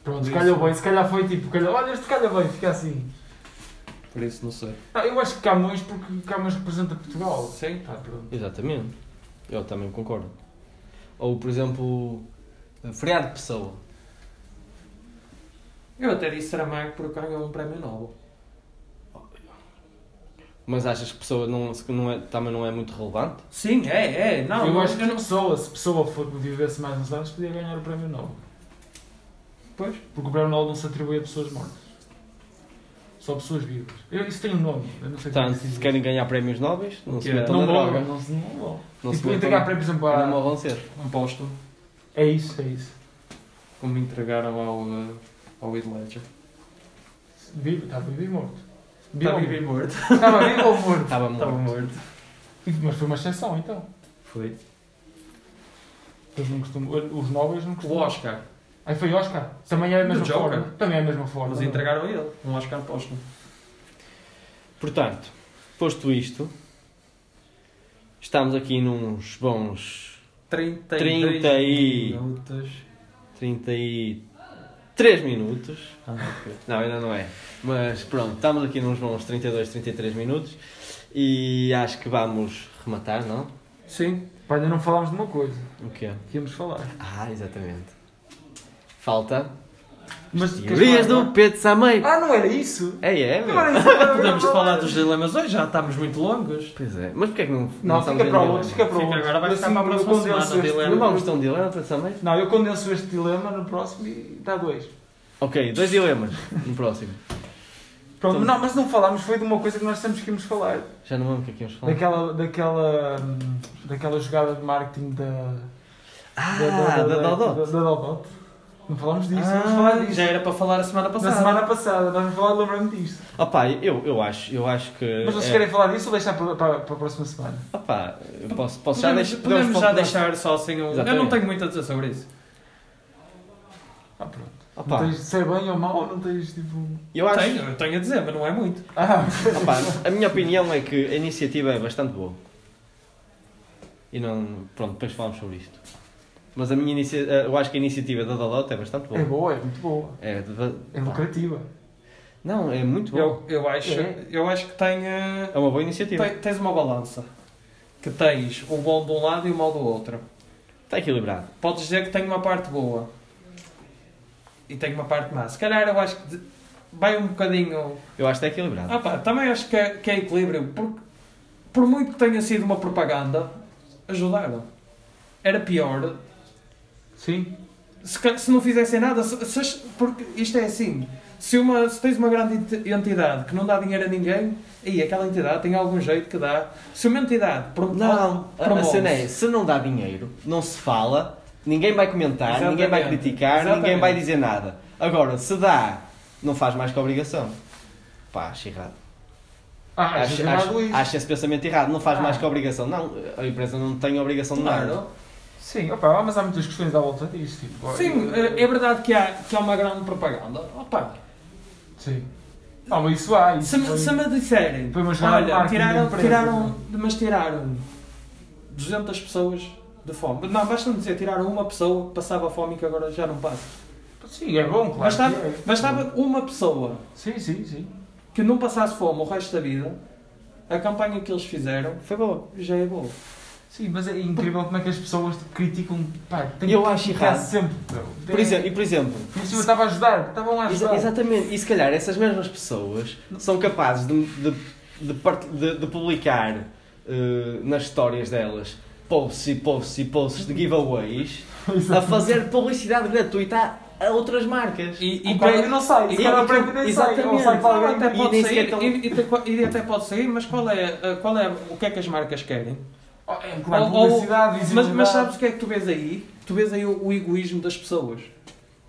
Pronto, se calhar bem, se calhar foi tipo, calhar, olha, este calha bem, fica assim. Por isso não sei. Não, Ah, eu acho que Camões, porque Camões representa Portugal. Sim. tá, Ah, pronto. Exatamente, eu também concordo. Ou, por exemplo, eh, feriado de pessoa. Eu até disse Saramago porque ganhou um prémio Nobel. Mas achas que pessoa não, se- não é, também não é muito relevante? Sim, é, é. Não, eu não, acho que eu não- pessoa, se pessoa for, vivesse mais uns anos, podia ganhar o prémio Nobel. Pois. Porque o prémio Nobel não se atribui a pessoas mortas. Só pessoas vivas. Eu, isso tem um nome, eu não sei como é Portanto, que se diz. Tá, se querem ganhar prémios nobres, não se Que é? metam Não na vão, droga. não se não vão. Não e se por metam entregar na prémios em droga. para... Não morram cedo. Um póstumo, É isso, é isso. como entregaram ao, uh, ao Heath Ledger. Vivo, está vivo e morto. Está ou vivo e morto? morto. Estava vivo ou morto? Estava Estava morto. morto. Mas foi uma exceção, então. Foi. Eles não costumam, os nobres não O costumam. Oscar. Aí foi Oscar. Também é a Do mesma Joker. forma. Também é a mesma forma. Mas entregaram a ele. Um Oscar póstumo. Portanto, posto isto, estamos aqui nos bons 33 Trinta e- minutos. 33 minutos. Ah, ok. Não, ainda não é. Mas pronto, estamos aqui nos bons 32, 33 minutos. E acho que vamos rematar, não? Sim. Pá, ainda não falámos de uma coisa O quê? que íamos falar. Ah, exatamente. Falta. Mas Teorias do Pedro Samei. Ah, não era isso? É, é, meu. Não era isso. agora Podemos vamos falar dos dilemas hoje, já estamos muito longos. Pois é, mas porquê é que não. Não, estamos fica em para dilema? outro, fica para Fica outro. agora, vai Mas ficar para a eu próxima condenso semana, este dilema. Não dilema. vamos ter um dilema para também? Não, eu condenso este dilema no próximo e dá dois. Ok, dois dilemas no próximo. Pronto, Então- não, mas não falámos, foi de uma coisa que nós sempre que íamos falar. Já não vamos o que é que íamos falar. Daquela, daquela, hum, daquela jogada de marketing da... Ah, da- da Dodó. da- da Dodot. Não falámos disso, vamos falar Ah, disso. já era para falar a semana Na passada. semana passada, nós vamos falar, lembrando disto. Opá, eu, eu acho, eu acho que. Mas vocês é- querem falar disso ou deixar para, para, para a próxima semana? Opá, eu posso, posso já Podemos, deixar. podemos já falar- deixar só assim um... Eu não Exatamente. tenho muito a dizer sobre isso. Ah, pronto. Opá, Não tens de ser bem ou mal, não tens tipo... eu acho. Tenho, eu tenho a dizer, mas não é muito. Ah, opá, a minha opinião é que a iniciativa é bastante boa. E não. Pronto, depois falamos sobre isto. Mas a minha inicia... eh, eu acho que a iniciativa da Dodot é bastante boa. é boa, é muito boa. É de- É lucrativa. Não, é muito boa. Eu, eu, acho, É. eu acho que tem, eh, É uma boa iniciativa. tem- Tens uma balança. Que tens o bom de um lado e o mau do outro. Está equilibrado. Podes dizer que tem uma parte boa. E tem uma parte má. Se calhar eu acho que de- vai um bocadinho... Eu acho que está equilibrado. Ah pá, também acho que é, que é equilíbrio, porque por muito que tenha sido uma propaganda, ajudaram. Era pior Sim. se, ca- se não fizessem nada, se- se as- porque isto é assim. Se, uma, se tens uma grande ent- entidade que não dá dinheiro a ninguém, aí aquela entidade tem algum jeito que dá. Se uma entidade pro- Não, a- a promove- cena é, se não dá dinheiro, não se fala, ninguém vai comentar, ninguém vai Exatamente. criticar, ninguém Exatamente. vai dizer nada. Agora, se dá, não faz mais que obrigação. Pá, acho errado. Ah, Acho, acho, acho, isso. acho esse pensamento errado, não faz Ah. mais que obrigação. Não, a empresa não tem obrigação de nada. Claro. Sim, opa, mas há muitas questões à volta disso. Tipo, Sim, eh, é verdade que há, que há uma grande propaganda. Opa, Sim. Não, mas isso há. Isso se, me, foi- se me disserem, Foi uma jogada de olha, marketing da tiraram, empresa, é? tiraram, mas tiraram 200 pessoas de fome. Não, basta-me dizer, tiraram uma pessoa que passava fome e que agora já não passa. Sim, é bom, claro. bastava, que é. bastava uma pessoa Sim, sim, sim. que não passasse fome o resto da vida, a campanha que eles fizeram Foi bom. já é boa. Sim, mas é incrível como é que as pessoas criticam. Pá, tem Eu que acho criticar errado. sempre. meu. Por Tem- exemplo, e por exemplo, Por isso eu estava a ajudar, estavam a Ah, exa- ajudar. exatamente, e se calhar essas mesmas pessoas são capazes de, de, de, part- de- de publicar eh, nas histórias delas posts e posts e posts de giveaways a fazer publicidade gratuita a- a outras marcas. E, E o prémio É, não sai, e- se calhar o prémio nem sai. Ou sai para alguém. até e pode nem sair, sequer tão- e, e até co- e até pode sair, mas qual é, uh, qual é o que é que as marcas querem? Oh, É, claro, Ou- ou- publicidade, mas, visibilidade. mas sabes o que é que tu vês aí? Tu vês aí o, o egoísmo das pessoas,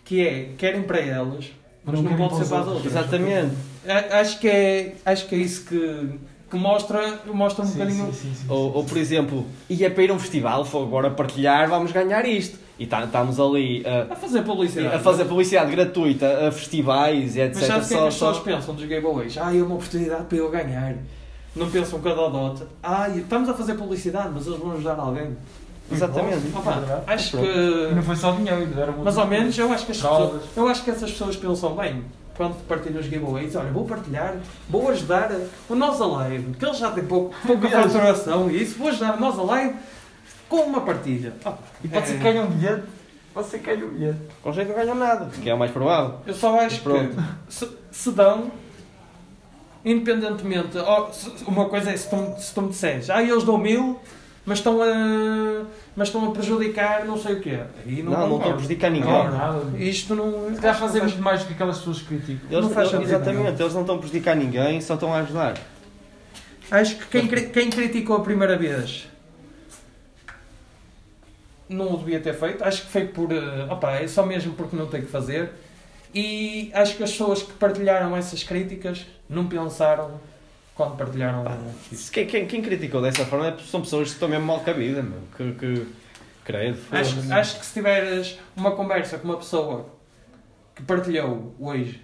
que é querem para elas, mas não, querem pode ser para as outras. Exatamente. A- Acho que é, acho que é isso que, que mostra, mostra um Sim, bocadinho sim, sim, sim, sim. Ou, ou, por exemplo, e é para ir a um festival, foi agora partilhar, vamos ganhar isto. E tá- estamos ali a, a fazer publicidade. a fazer publicidade gratuita a festivais e etc. Mas sabes o que é que Só- as só- pessoas pensam dos giveaways? Ah, é uma oportunidade para eu ganhar. Não pensam que a Dodota. Ah, estamos a fazer publicidade, mas eles vão ajudar alguém. Exatamente. Sim, Opa, é verdade. acho Pronto. E Não que. foi só dinheiro, deram muito. Mas ao menos eu acho que, as pessoas, Fraldas. eu acho que essas pessoas pensam bem. Quando partilham os giveaways, olha, vou partilhar, vou ajudar o Nós Alive, que eles já têm pouco, pouca faturação e isso, vou ajudar o Nós Alive com uma partilha. Ah, E pode ser é, que ganhe um bilhete. Pode ser que ganhe um bilhete. Com jeito não ganham nada, que é o mais provável. Eu só acho Pronto. que se, se dão, independentemente. ó, se- uma coisa é se tu, se tu me disseres, ah, eles dão mil, mas estão a, mas estão a prejudicar não sei o quê. Aí não, Não, não é. estão a concordo. prejudicar ninguém. Não, nada. Isto não. Se calhar acho que fazemos não faz- mais do que aquelas pessoas que criticam. Eles, Não faz eles- sentido exatamente, eles não estão a prejudicar ninguém, só estão a ajudar. Acho que quem, cri- quem criticou a primeira vez não o devia ter feito. Acho que foi por. eh, opá, é só mesmo porque não tem que fazer. E acho que as pessoas que partilharam essas críticas não pensaram quando partilharam. um. Se Quem, quem, quem criticou dessa forma é- são pessoas que estão mesmo mal cabida, meu. Que, que, credo. Acho, acho que se tiveres uma conversa com uma pessoa que partilhou hoje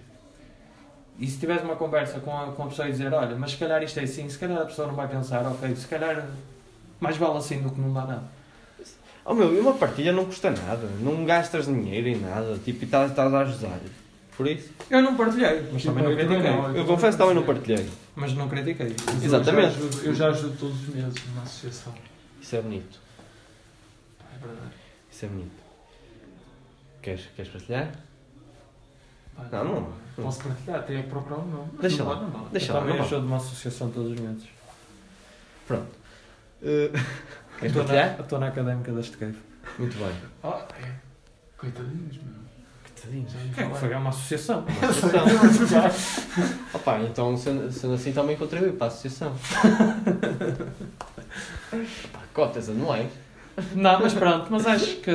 e se tiveres uma conversa com a, com a pessoa e dizer, olha, mas se calhar isto é assim, se calhar a pessoa não vai pensar, ok, se calhar mais vale assim do que não dá nada. Oh meu, e uma partilha não custa nada, não gastas dinheiro em nada, tipo, e estás, estás a ajudar. Por isso. Eu não partilhei, mas também não Eu também critiquei. não. Eu confesso que também não partilhei. Mas não critiquei. Mas eu Exatamente. já ajudo- Eu já ajudo todos os meses na associação. Isso é bonito. É verdade. Isso é bonito. Queres, queres partilhar? Pá, Não, não. Posso partilhar, até que procurar o nome. Deixa Não lá. vale, não vale. Deixa eu lá, também não vale. ajudo uma associação todos os meses. Eh, queres Estou partilhar? na, estou na académica deste cave. Muito bem. Ah, é. Coitadinhos, meu. Coitadinhos. Já ia Que é que falar. foi? É uma associação. Uma associação. Opa, então sendo, sendo assim também contribui para a associação. Opa, cotas é? anuais. Não, mas pronto, mas acho que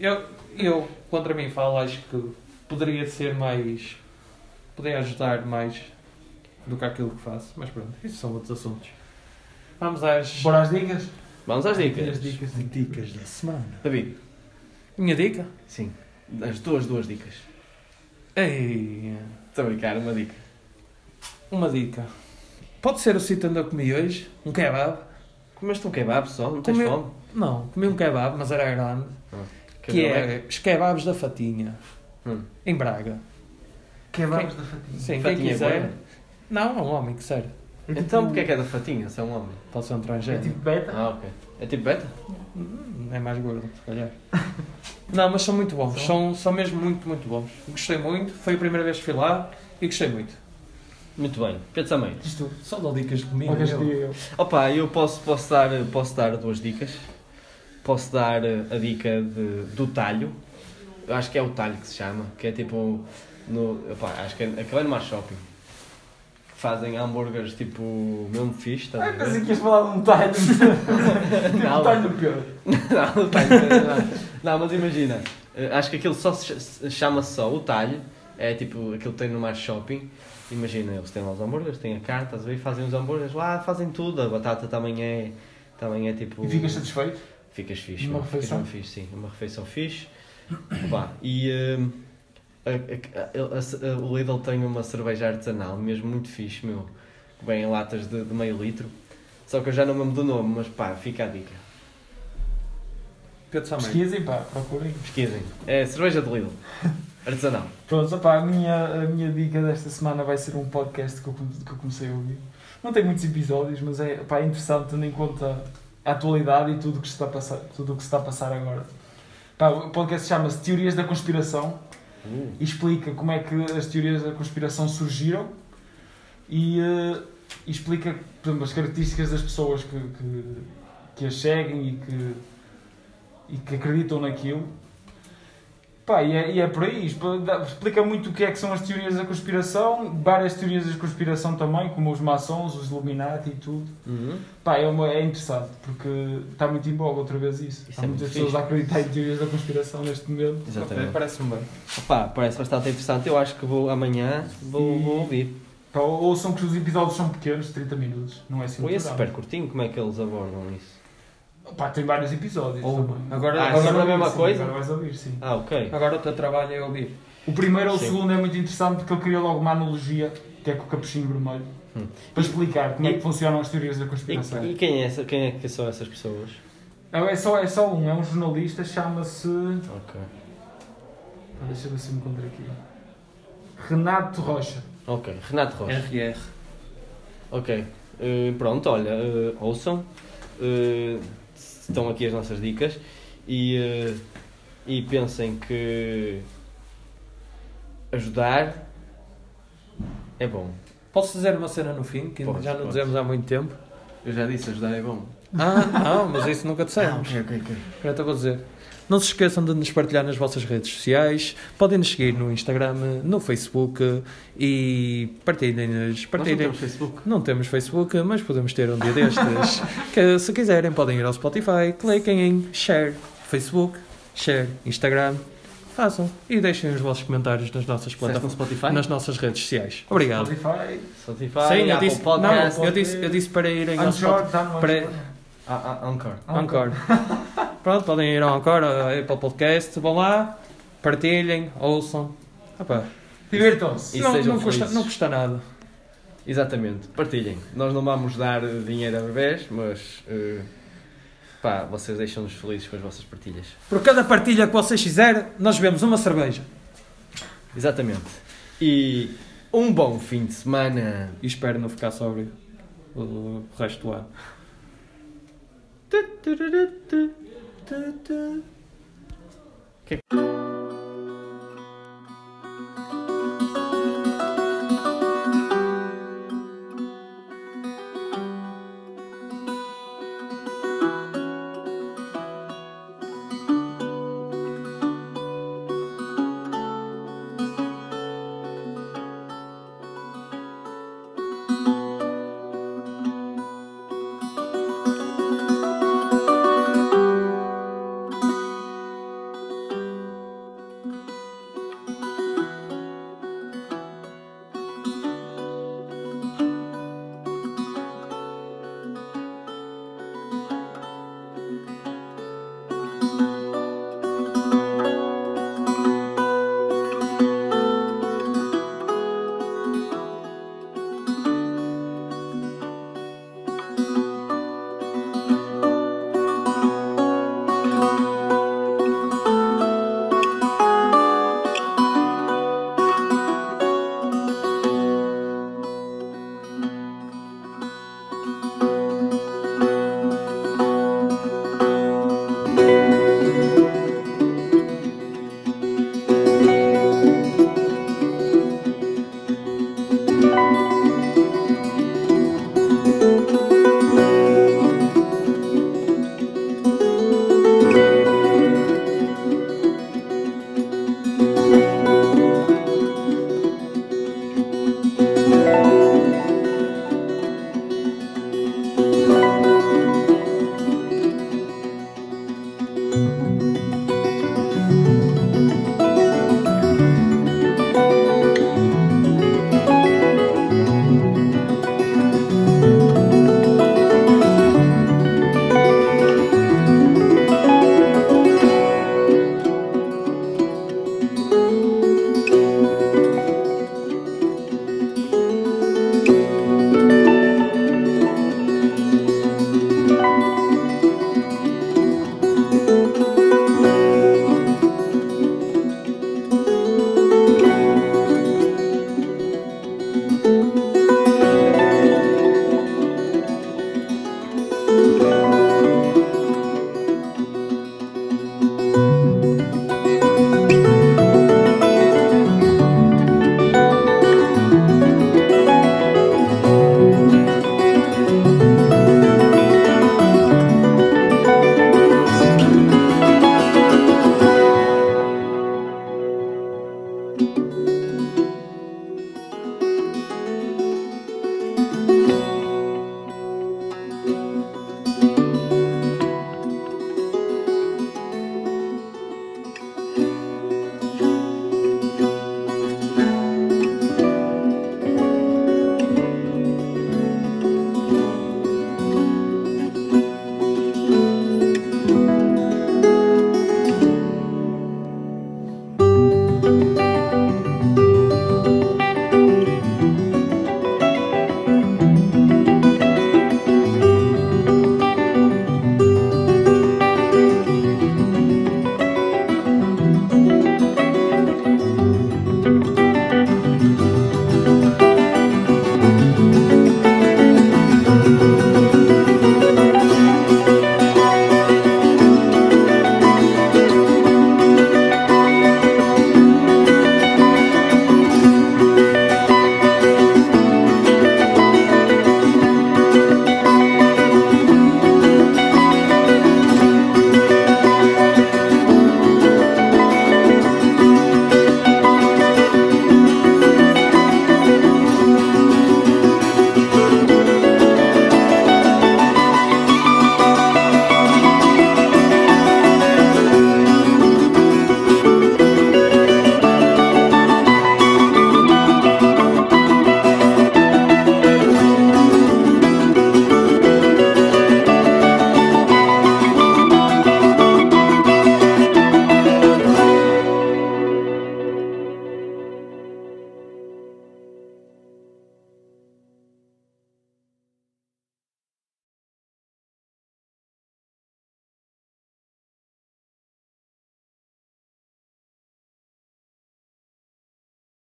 eu, eu contra mim falo, acho que poderia ser mais. poderia ajudar mais do que aquilo que faço, mas pronto, isso são outros assuntos. Vamos às Bora às dicas? Vamos às Minhas dicas. dicas. dicas da semana. David. Minha dica? Sim. As tuas duas dicas. Ei, Estou a brincar, uma dica. uma dica. Pode ser o sítio onde eu comi hoje, um kebab. Comeste um kebab só? Não tens Comi- fome? Não, comi um kebab, mas era grande. Que Kebab é os kebabs da Fatinha, Hum. em Braga. Quebramos da fatia. Sim, quem Fatinha é quiser. boa? Não, é um homem, que sério. Então porque é que é da fatinha, se é um homem? Pode ser um É transgénero. tipo beta. Ah, ok. É tipo beta? Hum, É mais gordo, se calhar. Não, mas são muito bons. São, são mesmo muito, muito bons. Gostei muito. Foi a primeira vez que fui lá e gostei muito. Muito bem. Pedro também. Isto. Só dou dicas de domingo. Qualquer eu. dia eu. Opa, eu posso, posso, dar, posso dar duas dicas. Posso dar eh, a dica de, do talho. Eu acho que é o talho que se chama, que é tipo. No, opa, acho que é acabei no Mar Shopping. Que fazem hambúrgueres tipo mesmo fixe, estás a Ah, ver? pensei que ias falar de um talho. Não. Um talho do pior. não, o talho, não, não, mas imagina, eh, acho que aquilo só se ch- se chama só o talho, é tipo aquilo que tem no mar shopping. Imagina, eles têm lá os hambúrgueres, têm a carne, estás a ver, fazem os hambúrgueres lá, fazem tudo, a batata também é, também é tipo. E ficas satisfeito? Ficas fixe. Uma mano, ficas refeição? mesmo fixe, sim. Uma refeição fixe. Pá, e hum, a- a- a- a- a- o Lidl tem uma cerveja artesanal, mesmo muito fixe, meu. Que vem em latas de, de meio litro. Só que eu já não me lembro do nome, mas pá, fica a dica. Pedro também. Pesquisem, pá, procurem. Pesquisem. É cerveja de Lidl. Artesanal. Pronto, opá, a, minha, a minha dica desta semana vai ser um podcast que eu, come- que eu comecei a ouvir. Não tem muitos episódios, mas é, opá, é interessante tendo em conta a atualidade e tudo o que se está a passar, tudo o que se está a passar agora. Pá, o podcast chama-se Teorias da Conspiração Uh, e explica como é que as teorias da conspiração surgiram e, eh, e explica por exemplo, as características das pessoas que, que, que as seguem e que, e que acreditam naquilo. Pá, e, é, e é por aí, Expl- dá- explica muito o que é que são as teorias da conspiração, várias teorias da conspiração também, como os maçons, os Illuminati e tudo. uhum. Pá, é, uma, é interessante, porque está muito em voga outra vez isso. Isso Há é muitas muito pessoas a fixe. acreditar em teorias da conspiração neste momento. Exatamente. Parece-me bem. Opá, parece bastante interessante. Eu acho que vou amanhã vou, E- vou ouvir. Pá, ou- ouçam que os episódios são pequenos, 30 minutos, não é assim Foi é muito grave. super curtinho, como é que eles abordam isso? Pá, tem vários episódios. Ou- também. agora- Vais agora ouvir, é a mesma sim, coisa? Agora vais ouvir, sim. Ah, ok. Agora o teu trabalho é ouvir. O primeiro ou o Sim. segundo é muito interessante porque ele cria logo uma analogia, que é com o capuchinho vermelho, Hum. para explicar como é que e- funcionam as teorias da conspiração. E, e quem, é, essa- quem é que são essas pessoas? Não, é, só, é só um, é um jornalista, chama-se. Ok. Ah, Deixa eu ver se me encontro aqui. Renato Rocha. Ok, Renato Rocha. RR. Ok. Eh, pronto, olha, eh, ouçam. Eh, estão aqui as nossas dicas. E, eh, e pensem que ajudar é bom. Posso dizer uma cena no fim, que Podes, já não podes. dizemos há muito tempo? Eu já disse, ajudar é bom. Ah, não, mas isso nunca dissemos. Eu até vou dizer. Não se esqueçam de nos partilhar nas vossas redes sociais. Podem nos seguir no Instagram, no Facebook e partilhem-nos. Partilhem. Facebook. Não temos Facebook, mas podemos ter um dia destes. que, se quiserem, podem ir ao Spotify, cliquem em share Facebook, share Instagram. Façam e deixem os vossos comentários nas nossas plataformas, Spotify? nas nossas redes sociais. Obrigado. Spotify. Spotify, Sim, eu Apple disse, Podcast. não, eu disse, eu disse para irem ao Spotify. Anchor, está no Pre- Anchor. Ah, ah, Anchor. Encore. Pronto, podem ir ao Encore, ao Apple Podcast, vão lá, partilhem, ouçam. Opa, Divirtam-se. E não, sejam não, custa, felizes. não custa nada. Exatamente, partilhem. Nós não vamos dar eh, dinheiro a bebés, mas eh, pá, vocês deixam-nos felizes com as vossas partilhas. Por cada partilha que vocês fizerem, nós bebemos uma cerveja. Exatamente. E um bom fim de semana. E espero não ficar sóbrio o resto do ano. Que é que-